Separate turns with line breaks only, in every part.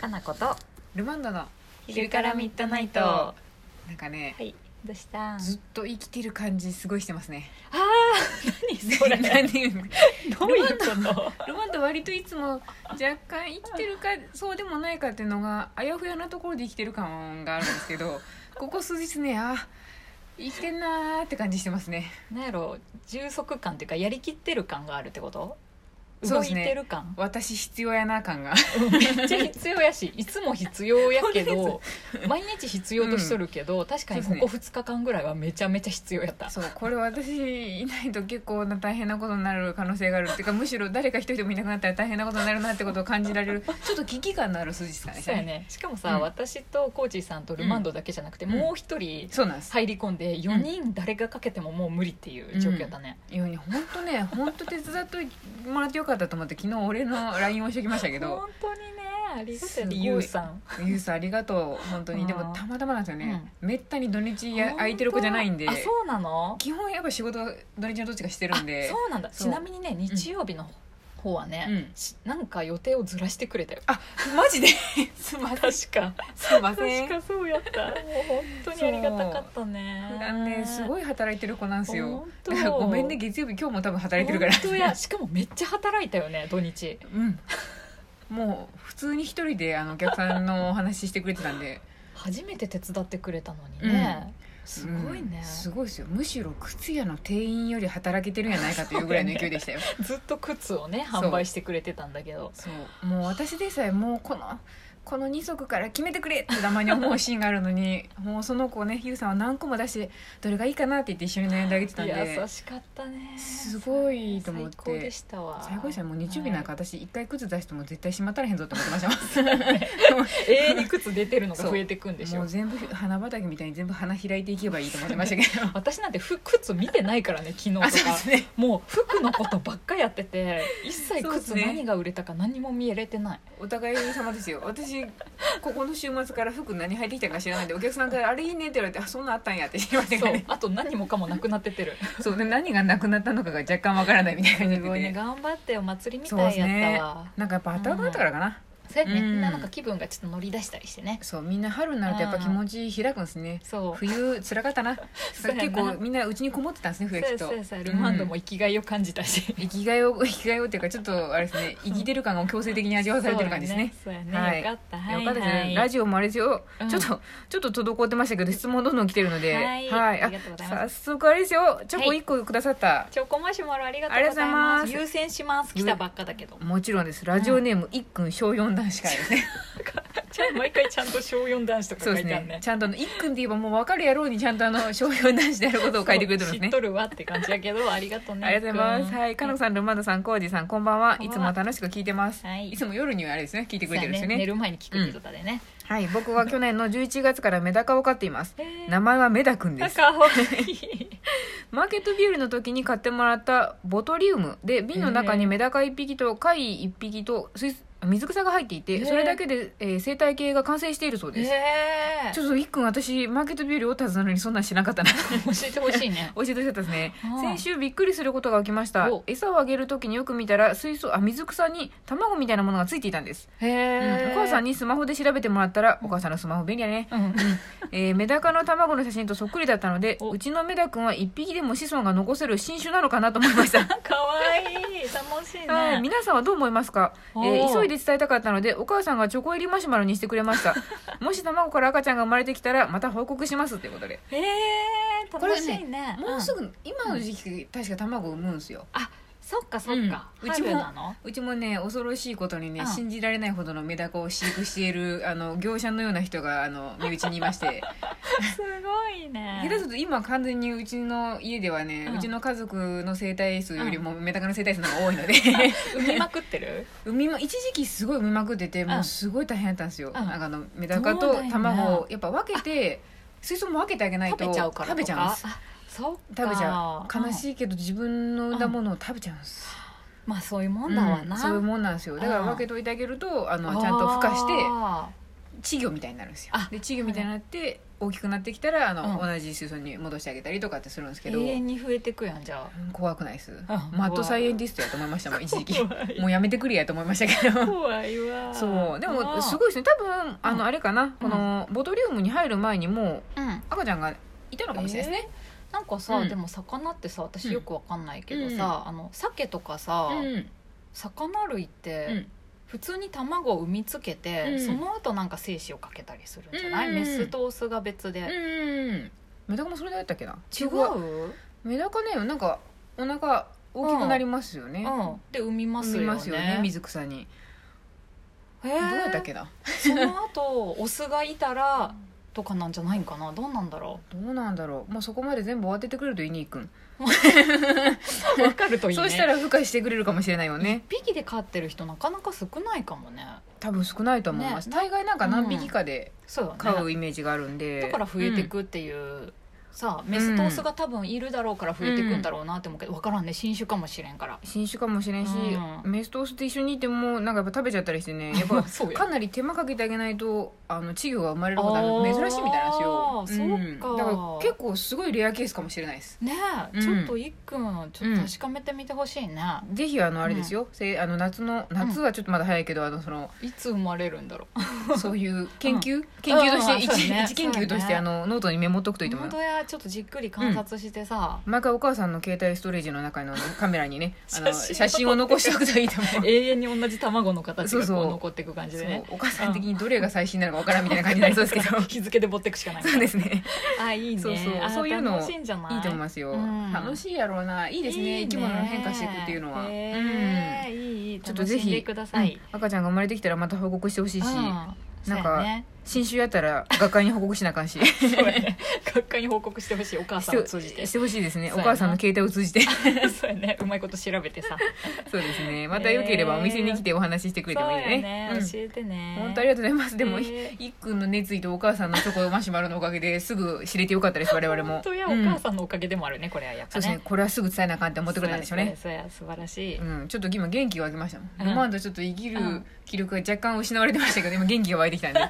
かなこと
ルマンドの
昼からミッドナイト
なんかね、
いどうしたあ
ずっと生きてる感じすごいしてますね。
あー何それ
何ル
どういうこと
マンド割といつも若干生きてるかそうでもないかっていうのがあやふやなところで生きてる感があるんですけ どここ数日ねあ生きてんなーって感じしてますね。
何やろ充足感っていうかやりきってる感があるってこと
そう
動
で
い
すね
てる感、
私必要やな感 が
めっちゃ必要やしいつも必要やけど毎日必要としとるけど、確かにここ2日間ぐらいはめちゃめちゃ必要やった
そうこれ私いないと結構な大変なことになる可能性があるっていうかむしろ誰か一人でもいなくなったら大変なことになるなってことを感じられるちょっと危機感のある数日かね。
そうやねしかもさ、
うん
私とコーチーさんとルマンドだけじゃなくて、
うん
もう一人
そうなんです
入り込んで4人誰がかけてももう無理っていう状況だね、
いや本当ね本当手伝っといてもらってよかったと思って昨日俺の LINE をしておきましたけど
本当にねありが
す
た
ごい
いゆうさん
ユースありがとう本当
う
に
ん
でもたまたまなんですよね、めったに土日や空いてる子じゃないんで
あそうなの
基本やっぱ仕事は土日のどっちかして
あ
るんで
そうなんだ
そう
ちなみにね日曜日の方はね、
うん
しなんか予定をずらしてくれたよ
マジで すま
確か
すませ
確
ん
かそうやったもう本当にありがたかったね
普段ねすごい働いてる子なんですよ
本
だから
当
ごめんね月曜日今日も多分働いてるから
本当やしかもめっちゃ働いたよね土日
うんもう普通に一人であのお客さんのお話ししてくれてたんで
初めて手伝ってくれたのにね、すごい
うん
ね、
すごいですよむしろ靴屋の店員より働けてるんやないかというぐらいの勢いで したよ
ずっと靴をね
そう
販売してくれてたんだけど
そうもう私でさえもうこのこの2足から決めてくれってたまに思うシーンがあるのにもうその子ねゆうさんは何個も出してどれがいいかなって言って一緒に悩んであげてたんで
優しかったね
すごいと思って
最高でしたわ
最後でしたよもう日曜日なんか私一回靴出しても絶対しまったらへんぞって思ってました
はい永遠に靴出てるのが増えてくんでし
もんも
ょ
う全部花畑みたいに全部花開いていけばいいと思ってましたけど
私なんて服靴見てないからね昨日とか
あそうですね
もう服のことばっかやって て一切
そうです
靴
ね
何が売れたか何も見えれてない
お互い様ですよ私ここの週末から服何履いてきたか知らないんでお客さんから「あれいいね」って言われて「あ そんなんあったんや」って知りました
そ
から
う
ね
あと何もかもなくなってってる
そうで何がなくなったのかが 若干わからないみたいな感じ
す
で
ごいね頑張ってお祭りみたいやったわ
なんかやっぱ暖かくなったからかな、
そうやね、
うん
みんななんか気分がちょっと乗り出したりしてね
そうみんな春になるとやっぱ気持ち開くんですね
そう
冬辛かったな
そうやな
結構みんなうちにこもってたんですね
そう
冬はき
や
っと
そうやそうやルマンドも
うん
生きがいを感じた し、
生きがいを生きがいをっていうかちょっとあれですね生きてる感を強制的に味わわされてる感じですね
そうやね
はい
よかった、はい
よかったですね、
はい
ラジオもあれですよ、
うん
ちょっとちょっと滞ってましたけど質問どんどん来てるので
はい
あ
ありがとうございま
早速あれですよチョコ1個くださった、
チョコマシュマロありがとうござい
あ
ま
り
す
がとうご
優
ざいます
先します来たばっかだけど
もちろんですラジオネーム、いっくん小4男子からですね
ちゃん毎回 ちゃんと小4男子とか
そう
書い
です
てある
ね
ね
ちゃんとあのいっくんって言えばもう分かるやろうにちゃんとあの小4男子であることを書いてくれてます
知っ
ね
とるわって感じやけどありがとうね
ありがとうございます。
くん
はい、かのこさん、ルマンドさん、コージさん、こんばんは。
こん
い
ば
つ
んは
も楽しく聞いてます。
はい
いつも夜にはあれですね、聞いてく
そう
れ
や
てるんですよ
ね寝
ね。
る前に聞くってことでね、
はい、僕は去年の11月からメダカを飼っています。
へー
名前はメダくんです。
かわいい
マーケットビュールの時に買ってもらったボトリウムで瓶の中にメダカ1匹と貝1匹と水水草が入ってい
へ
て
ー
それだけで、えー生態系が完成しているそうです、
えー、
ち
ちょ
ょっといっくん私マーケットビュールをたずなのにそんなん知らなかったな
っと教えてほしいね
教えてほしかったですね
うん
先週びっくりすることが起きました
お
餌をあげる時によく見たら水槽あ水草に卵みたいなものがついていたんです、
へ
うんお母さん、にスマホで調べてもらったらお母さんのスマホ便利や ね、
うん、
えーメダカの卵の写真とそっくりだったので
お
うちのメダ君は1匹でも子孫が残せる新種なのかなと思いました
かわいい楽しいね、
はい皆さんはどう思いますか、えー
おー
急いで伝えたかったのでお母さんがチョコ入りマシュマロにしてく れましたもし卵から赤ちゃんが生まれてきたらまた報告しますということで
へえー、
これ
楽しいね
もうす
ぐ、
ぐ今の時期確か卵を産むんですよ
そっかそっか、
うんうちも
春なの
うちもね恐ろしいことにね、
うん
信じられないほどのメダカを飼育しているあの業者のような人があの身内にいまして
すごいね
下手すると今完全にうちの家ではね、
う
うんちの家族の生態数よりもメダカの生態数の方が多い ので
産みまくってる
産みま一時期すごい産みまくってて
ん
もうすごい大変だったんですよ、
うん
なんかあのメダカ
そう
と
だよね
卵をやっぱ分けて水槽も分けてあげない
食
と
べちゃうからとか
食べちゃうんです
あそっか
食べちゃう悲
い、
しいけど自分の産んだものを食べちゃうんです、
うんまあそういうもんだわな、
うんそういうもんなんですよだから分けといてあげるとあのちゃんと孵化して
あ
稚魚みたいになるんですよ
あ
で稚魚みたいになって大きくなってきたらあの、
うん
同じ水槽に戻してあげたりとかってするんですけど
永遠に増えてくやんじゃ
怖くないです
あ
マッドサイエンティストやと思いましたもん一時期
怖い
もうやめてくれやと思いましたけど
あ怖いわ
そうでもす
い
ごいですね多分あのあれかな、このボトリウムに入る前にもう
うん
赤ちゃんがいたのかもしれないですね、
なんかさ、
うん
でも魚ってさ私よくわかんないけどさ、あの鮭とかさ、
うん
魚類って、
うん
普通に卵を産みつけて、
うん
その後なんか精子をかけたりするんじゃない、
うん
メスとオスが別で、
うんメダカもそれだったっけな
違う、
メダカねなんかお腹大きくなりますよね、
うん、で産みます
産
よ
み
ね
ますよね水草に、
へ
どうやった
ー
っけな
その後オスがいたらとかなんじゃないんかなどうなんだろ
どうなんだろうもうそこまで全部終わっててくれるといいにいくん
うわかるといいね
そうしたら孵化してくれるかもしれないよね
一匹で飼ってる人なかなか少ないかもね
多分少ないと思います、
ね
大概なんか何匹かで
そうよね
飼うイメージがあるんで、
だから増えてくっていう、さあメスとオスが多分いるだろうから増えてくんだろうなって思うけど分からんね新種かもしれんから
新種かもしれんし、
う
メスとオスと一緒にいてもなんかやっぱ食べちゃったりしてねやっぱ
そう
かなり手間かけてあげないとあの稚魚が生まれることは珍しいみたいなんですよ
あー
ん
そうか
だから結構すごいレアケースかもしれないです
ねえ、
うん
ちょっといっくんちょっと確かめてみてほしいね、
ぜひあのあれですよ、せあの夏の夏はちょっとまだ早いけどあのその
いつ生まれるんだろう
そういう研究、研究とし
うん
て一,、
そうね
一研究として、
そうね
あのノートにメモっとくといいと思い
本
ます
当やちょっとじっくり観察してさ、
毎回お母さんの携帯ストレージの中のあのカメラにねあの
写真を撮って
写真を残しておくといいと思う
永遠に同じ卵の形が
そう
こ
そう
う残っていく感じ
そ
で
う
ね
お母さん的にどれが最新なのかわからんみたいな感じになりそうですけ ど
日付で持っていくしかない
そうですね
あいいね
そうそう
あ
そういうの
楽しいんじゃない
いいと思いますよ、
うん
楽しいやろうないいですね生き物の変化していくっていうのは、
へえいいいい
うん、ちょっとぜ
楽しんで
ひ
ください、
うん赤ちゃんが生まれてきたらまた報告してほしいし、
うんそう
なん
や
か
ね
新種やったら学会に報告しなあかんしし
そうやね学会に報告してほしいお母さんを通じて
てしてほしいですね
そ
お
うやな
母さんの携帯を通じて
そうやねうまいこと調べてさ
そうですねまたよければお店に来てお話ししてく
そう
れてもい
や
いね,、
ね
うん
教えてね
本当ありがとうございますでも、
へ
い
え
いっくんの熱意とお母さんのチョコマシュマロのおかげですぐ知れてよかったです我々も
本当やお
うん
母さんのおかげでもあるねこれはやっ
そ
ぱ
うですね
ね
これはすぐ伝えなあかんって思ってくれたんでしょうね
そうやそうや素晴らしい
うん、ちょっと今元気が湧きましたもん、
うん
ロマンドちょっと生きる
うん
気力が若干失われてましたけど今元気が湧いてきたんで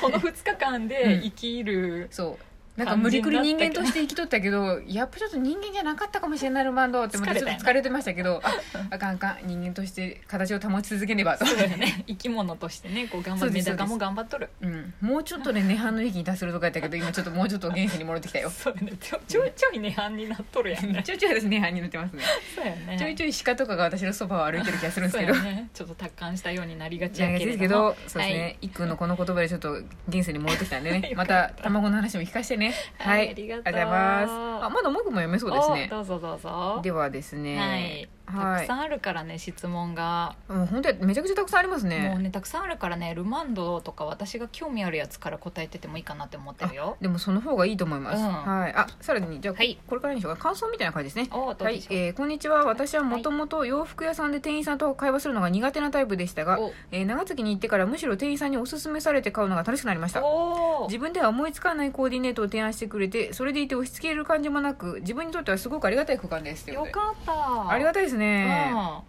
この2日間で生きる
そうなんか無理くり人間として生きとったけどやっぱちょっと人間じゃなかったかもしれないロマンドって思っ
疲
て
れ
ち
た
ょ
よ
っ
ね
と疲れてましたけどああかんあかん人間として形を保ち続けねばと
そうやね生き物としてねこう頑張
そう
る
で
メ
す
ダカも頑張っとる
うん、もうちょっとで涅槃の域に達するとかやったけど今ちょっともうちょっと元気に戻ってき たよ
そうやねちょちょいちょい涅槃になっとるやん ね
ちょいちょい私涅槃になってますね
そうやね
ちょいちょい鹿とかが私のそばを歩いてる気がするんです
そう
け
や
ど
ねちょっと達観したようになりがち
じゃ
や
あ
け
で
れ
す
ど
け
も
どそうですね、、
はい
っくんのこの言葉でちょっと現世に戻ってきたんで
よかっ
ね
た
また卵の話も聞かせてねは、
はいい
あ
あ
り
り
が
が
と
と
う
う
ございますあまだもぐも読めそうですね
おどうぞどうぞ
ではですね
はい、たくさ
ん
んあるからね質問が、
もう本当にめちゃくちゃたくさんありますね
もうねたくさんあるからねルマンドとか私が興味あるやつから答えててもいいかなって思ってるよ
でもその方がいいと思います、
うん
はいあさらにじゃあ、
はい
これからにしようか感想みたいな感じですね
おどう
は
で
い
し、ょう、
えーこんにちは私はもともと洋服屋さんで店員さんと会話するのが苦手なタイプでしたが、えー長崎に行ってからむしろ店員さんにおすすめされて買うのが楽しくなりました
おおー
自分では思いつかないコーディネートを提案してくれてそれでいて押し付ける感じもなく自分にとってはすごくありがたい空間ですというこ
よ
とで
かった
ありがたいですね、
うん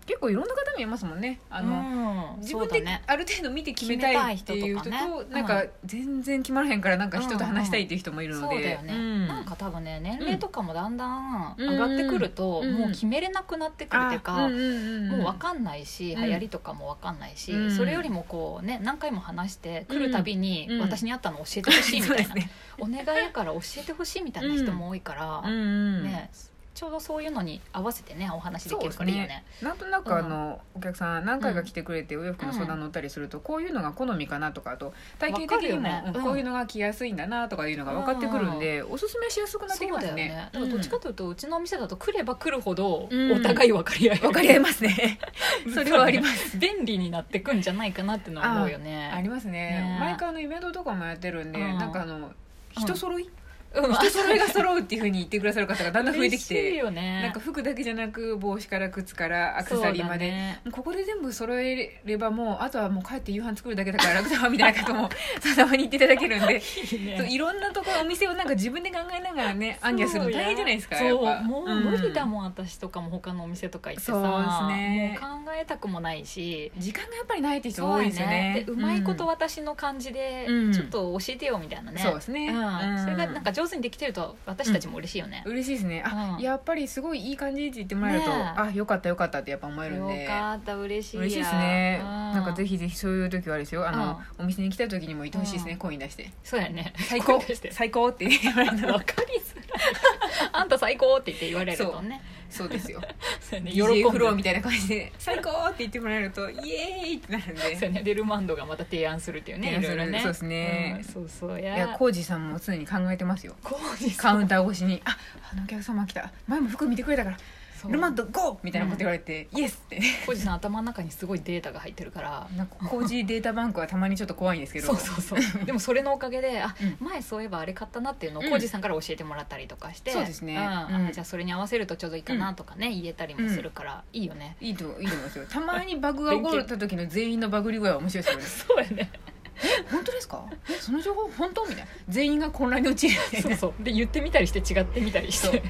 結構いろんな方見えますもんねあの、
の、うん、
自分
そう
で
だね
ある程度見て決めたいっていう人
決
と
めたい人とかね
なんか全然決まらへんからなんか人と話したいっていう人もいる
そ
の
う
で、
だよね、
うん
なんか多分ね年齢とかもだんだん
うん
上がってくると、
うん
もう決めれなくなってくるっていうか、
あうんうん
もう分
っ
かんないし、
うん
流行りとかも分かんないし、
うん
それよりもこうね何回も話して来るたびに、
うん
私にあったの教えてほしいみたいな、
ね、
お願いやから教えてほしいみたいな人も多いから、
うんうん
ね、ちょうどそういうのに合わせてねお話できるからいいよね。
なんとなくあの、お客さん何回か来てくれてお洋服の相談乗ったりすると、こういうのが好みかなとかあと体型的に
わ
も、
かるよね
うんこういうのが着やすいんだなとかいうのが分かってくるんで、おすすめしやすくなって
そ
き
う
ま
だ
す
よ
ね
ね。だからどっちかというとうちのお店だと来れば来るほど
うん
お互い分かり合える、
分かり合いますね それはありま す
便利になってくんじゃないかなってのは思うよね
ありますね
ね
毎回あのイベントとかもやってるんで、
うん
なんかあの人揃い、
うん
人揃いが揃うっていうふうに言ってくださる方がだんだん増えてき
嬉しい
て、
よね
なんか服だけじゃなく帽子から靴からアクセサリー
そうだ
まで、
ね
もうここで全部揃えればもうあとはもう帰って夕飯作るだけだから楽だわみたいな方も さまに言っていただけるん
い
で
いね
そういろんなところお店をなんか自分で考えながらね暗記するの大変じゃないですか
そう
やっぱ
もう無理だ
ん
もん、私とかも他のお店とか行ってさ
そうですね
もう考えたくもないし
時間がやっぱりないって人
そ
多
う
い
や
ですよね
ねでうまいこと私の感じで、
うん
ちょっと教えてよみたいな
うん
ね
そうですね、
うん
うん
それがなんか上手にできてると私たちも嬉しいよね、
嬉しいですねあ、
うん
やっぱりすごいいい感じって言ってもらえると、
ねえ
あよかったよかったってやっぱ思えるんで
よかった嬉しいや
嬉しいですね、
うん
なんかぜひぜひそういう時はあれですよあの、お店に来た時にも言ってほしいですね、
うん
コイン出して
そうやね
最高
出して
最高って言ってもらえる
わ
と
かりづらいあんた最高って言って言われるとね
そうですよ
そうやね
喜ぶフローみ
たい
たいな感じ で「最高!」って言ってもらえると「イエーイ!」ってなるん
そう
で。
やねデルマンドがまた提案するっていうねい
提
ろ
案
いろ
する
ね
そうですね
うんそうそう
い
や
や浩二さんも常に考えてますよ
こうです
カウンター越しに「ああのお客様来た前も服見てくれたから
そう
ルマンドゴー!」みたいなこと言われて「イエス!」って
浩次さん頭の中にすごいデータが入ってるから
なんか工事データバンクはたまにちょっと怖いんですけど
そうそうそうでもそれのおかげであ、
うん
前そういえばあれ買ったなっていうのを
うん
浩次さんから教えてもらったりとかして、
そうですね
ん
うん
あじゃあそれに合わせるとちょうどいいかなとかね、言えたりもするから、いいよね
いいといいと思いますよたまにバグが起こった時の全員のバグり具合は面白いですよね
そうやね
「本当ですかえその情報本当?」みたいな全員が混乱に陥るみ
そ
たい
う
な
そうで言ってみたりして違ってみたりして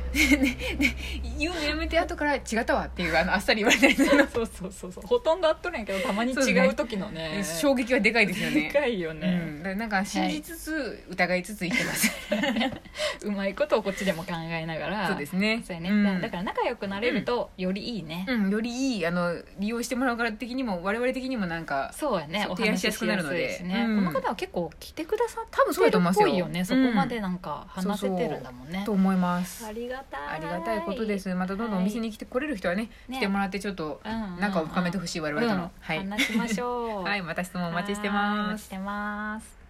言うのやめて後から「違ったわ」っていうあのあっさり言われたりする の
そうそうそうそうほとんど合っとるんやけどたまに
そうです
違
ね
う時のね
衝撃はでかいですよ
で
ね
かいよ
う
ね、
ん、だからなんか信じつつ、疑いつつ言ってます
うまいことをこっちでも考えながら
そうですね
そうやね、
うん、
だだから仲良くなれるとよりいいね、
うん、よりいいあの利用してもらうから的にも我々的にもなんか
そうやね
そう
お
提案
話
しや
し
す
し
くな
や
る
す
の
い
で
ですね、
うん
この方は結構来てくださっ
多分そうだ
てる
と思
っ
います
ぽ
よ
いよね、そこまでなんか話せてるんだもんね
と思います
ありがたい
ありがたいことですまたどんどんお店に来てこれる人はね、
ね
来てもらってちょっと
うんうん
仲を深めてほしい我々との、
うん
はい、
話しましょう
はい、また質問お待ちしてま
はいお待
す
ちしてます